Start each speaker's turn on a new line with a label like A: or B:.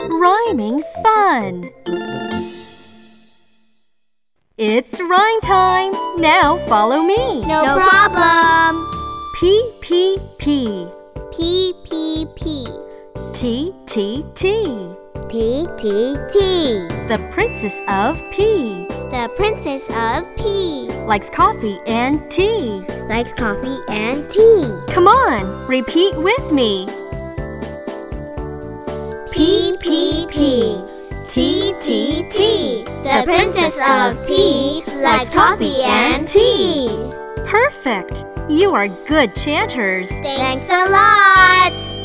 A: rhyming fun. It's rhyme time. Now follow me.
B: No, problem.
A: P P P
B: P P P
A: T T T.
B: T T T.
A: The princess of P
B: The princess of P
A: likes coffee and tea.
B: likes coffee and tea.
A: Come on, repeat with me.
B: P P P T T T. The princess of P likes coffee and tea.
A: Perfect. You are good chanters.
B: Thanks a lot.